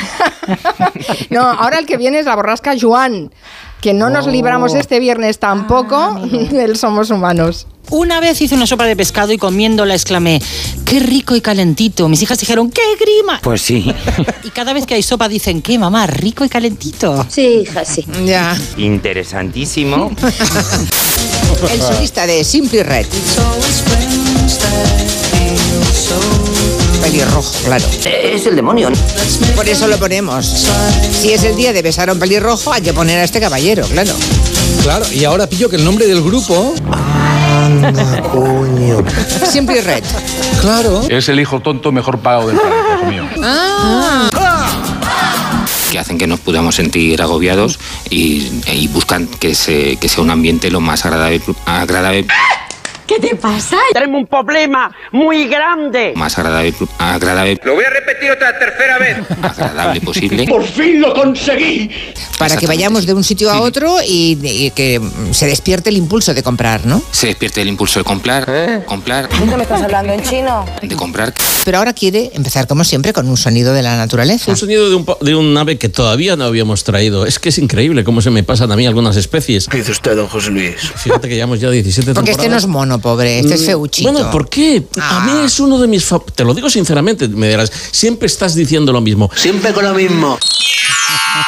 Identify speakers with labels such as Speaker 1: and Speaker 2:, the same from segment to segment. Speaker 1: no, ahora el que viene es la borrasca Juan, que no nos
Speaker 2: Oh.
Speaker 1: libramos este viernes tampoco del Somos Humanos.
Speaker 3: Una vez hice una sopa de pescado y comiéndola exclamé, qué rico y calentito. Mis hijas dijeron, qué grima.
Speaker 2: Pues sí,
Speaker 3: Y cada vez que hay sopa dicen, qué mamá, rico y calentito.
Speaker 4: Sí, hija, sí.
Speaker 5: Ya.
Speaker 2: interesantísimo.
Speaker 5: El solista de Simply Red. Pelirrojo, claro.
Speaker 4: Es el demonio.
Speaker 5: Por eso lo ponemos. Si es el día de besar a un pelirrojo, hay que poner a este caballero, claro.
Speaker 6: Claro, y ahora pillo que el nombre del grupo,
Speaker 5: Simply Red.
Speaker 6: claro,
Speaker 7: Es el hijo tonto mejor pagado del planeta, hijo mío.
Speaker 8: que hacen que nos podamos sentir agobiados y, y buscan que, se- que sea un ambiente lo más agradable, agradable,
Speaker 4: ¿Qué te pasa?
Speaker 9: Tenemos un problema muy grande.
Speaker 8: más agradable, agradable,
Speaker 7: Lo voy a repetir otra tercera vez.
Speaker 8: agradable posible.
Speaker 5: Para que
Speaker 8: Exactamente.
Speaker 5: vayamos de un sitio a otro y, y que mm, se despierte el impulso de comprar, ¿no?
Speaker 8: Se despierte el impulso de comprar, comprar,
Speaker 4: me estás hablando en chino?
Speaker 8: de comprar.
Speaker 5: Pero ahora quiere empezar, como siempre, con un sonido de la naturaleza.
Speaker 10: Un sonido de un, pa- de un ave que todavía no habíamos traído. Es que es increíble cómo se me pasan a mí algunas especies.
Speaker 7: ¿Qué dice usted, don José Luis?
Speaker 10: Fíjate que llevamos ya 17
Speaker 5: Porque este no
Speaker 10: temporadas.
Speaker 5: es mono, pobre, este es feuchito.
Speaker 10: Mm, Bueno, ¿por qué? A mí
Speaker 5: Ah.
Speaker 10: es uno de mis... fa- Te lo digo sinceramente, me dirás, siempre estás diciendo lo mismo.
Speaker 7: Siempre con lo mismo.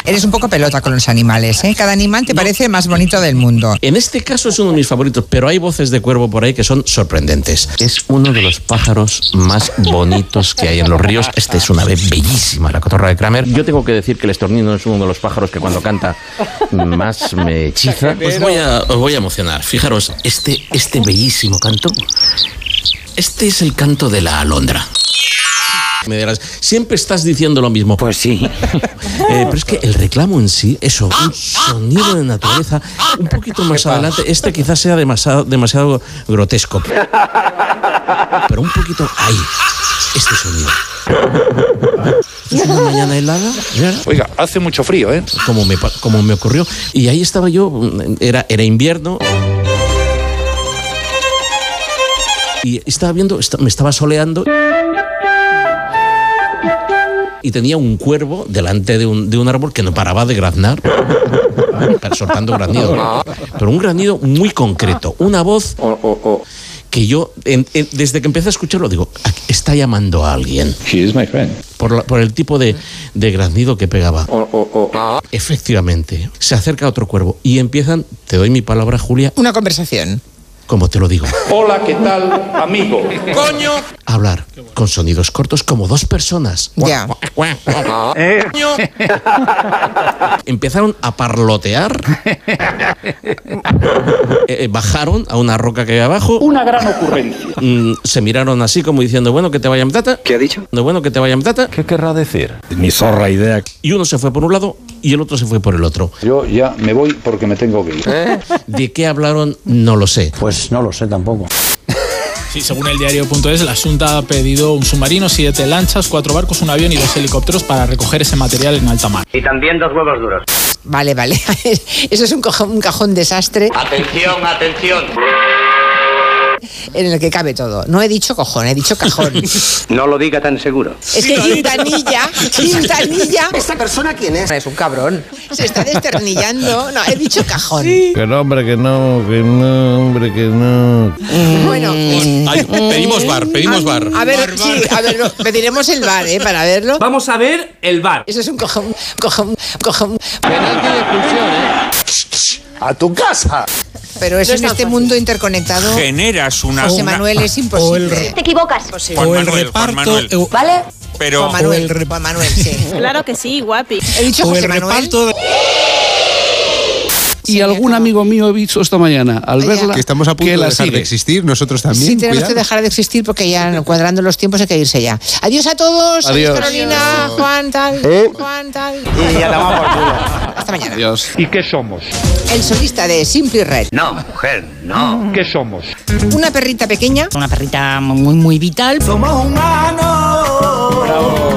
Speaker 5: Eres un poco pelota con los animales, ¿eh? Cada animal te parece el más bonito del mundo.
Speaker 10: En este caso es uno de mis favoritos, pero hay voces de cuervo por ahí que son sorprendentes. Es uno de los pájaros más bonitos que hay en los ríos. Esta es una ave bellísima, la cotorra de Kramer. Yo tengo que decir que el estornino es uno de los pájaros que cuando canta más me hechiza. Os Pues voy a, os voy a emocionar. Fijaros, este, este bellísimo canto. Este es el canto de la alondra. Me dirás, siempre estás diciendo lo mismo.
Speaker 2: Pues sí,
Speaker 10: Eh, pero es que el reclamo en sí, eso, un sonido de naturaleza, un poquito más adelante, este quizás sea demasiado, demasiado grotesco. Pero un poquito ahí, este sonido. Esto es una mañana helada, ¿verdad?
Speaker 7: Oiga, hace mucho frío, ¿eh?
Speaker 10: como me, pa- como me ocurrió. Y ahí estaba yo, era, era invierno. Y estaba viendo, esta- me estaba soleando. Y tenía un cuervo delante de un, de un árbol que no paraba de graznar, soltando granido. ¿no? Pero un granido muy concreto, una voz que yo, en- en- desde que empecé a escucharlo, digo, "Aquí está llamando a alguien,
Speaker 7: She is my friend.
Speaker 10: por, la- por el tipo de, de graznido que pegaba. Efectivamente, se acerca otro cuervo y empiezan, te doy mi palabra, Julia,
Speaker 5: Una conversación.
Speaker 10: como te lo digo,
Speaker 7: Hola, ¿qué tal, amigo?
Speaker 10: a hablar con sonidos cortos como dos personas.
Speaker 5: Ya.
Speaker 7: Eh.
Speaker 10: Empezaron a parlotear, Eh, eh, bajaron a una roca que hay abajo. Una gran ocurrencia. se miraron así como diciendo, bueno, que te vaya tata.
Speaker 7: ¿Qué ha dicho?
Speaker 10: No, bueno, que te vaya tata.
Speaker 7: ¿Qué querrá decir? Ni zorra idea.
Speaker 10: Y uno se fue por un lado y el otro se fue por el otro.
Speaker 7: Yo ya me voy porque me tengo que ir.
Speaker 10: ¿De qué hablaron? No lo sé.
Speaker 6: pues no lo sé tampoco.
Speaker 11: Sí, según el diario.es, la Junta ha pedido un submarino, siete lanchas, cuatro barcos, un avión y dos helicópteros para recoger ese material en alta mar.
Speaker 9: Y también dos huevos duros.
Speaker 5: Vale, vale. Eso es un cojón- un cajón desastre
Speaker 7: Atención, atención.
Speaker 5: en el que cabe todo. No he dicho cojón, he dicho cajón. es
Speaker 9: No lo diga tan seguro.
Speaker 5: que Quintanilla, Quintanilla
Speaker 4: ¿Esta persona quién es?
Speaker 5: es un cabrón. Se está desternillando. No, he dicho cajón.
Speaker 7: Que no, hombre, que no, que no, hombre, que no. Mm.
Speaker 5: Bueno, eh,
Speaker 10: Ay, pedimos bar, pedimos bar.
Speaker 5: a ver, sí, a ver, no, pediremos el bar, ¿eh? Para verlo.
Speaker 9: Vamos a ver el bar.
Speaker 5: Eso es un cojón, cojón, cojón.
Speaker 7: ¡A tu casa!
Speaker 5: Pero eso en este mundo interconectado,
Speaker 8: Generas una...
Speaker 5: José Manuel, es imposible.
Speaker 4: Te equivocas.
Speaker 11: O el reparto, eu-
Speaker 4: ¿Vale?
Speaker 8: Pero...
Speaker 5: Juan Manuel,
Speaker 11: o el rep-
Speaker 5: Juan Manuel, sí.
Speaker 4: Claro que sí, guapi.
Speaker 5: He dicho
Speaker 11: o el
Speaker 5: José Manuel.
Speaker 11: reparto de-
Speaker 7: Y algún amigo mío he visto esta mañana, al
Speaker 5: Oye.
Speaker 7: verla,
Speaker 5: Que
Speaker 6: Estamos a punto
Speaker 7: que
Speaker 6: de
Speaker 7: la
Speaker 6: dejar de
Speaker 7: sigue.
Speaker 6: existir, nosotros también.
Speaker 5: Sí, tenemos que
Speaker 6: cuidado.
Speaker 5: dejar de existir porque ya cuadrando los tiempos hay que irse ya. Adiós a todos. Adiós,
Speaker 7: Adiós.
Speaker 5: Carolina, Juan, tal. Juan, tal.
Speaker 4: Eh. Y ya damos por culo.
Speaker 5: Hasta mañana.
Speaker 7: Dios.
Speaker 2: ¿Y qué somos?
Speaker 5: El solista de Simply Red.
Speaker 9: No, mujer, no.
Speaker 2: ¿Qué somos?
Speaker 5: Una perrita pequeña.
Speaker 3: Una perrita muy, muy vital.
Speaker 9: Somos humanos.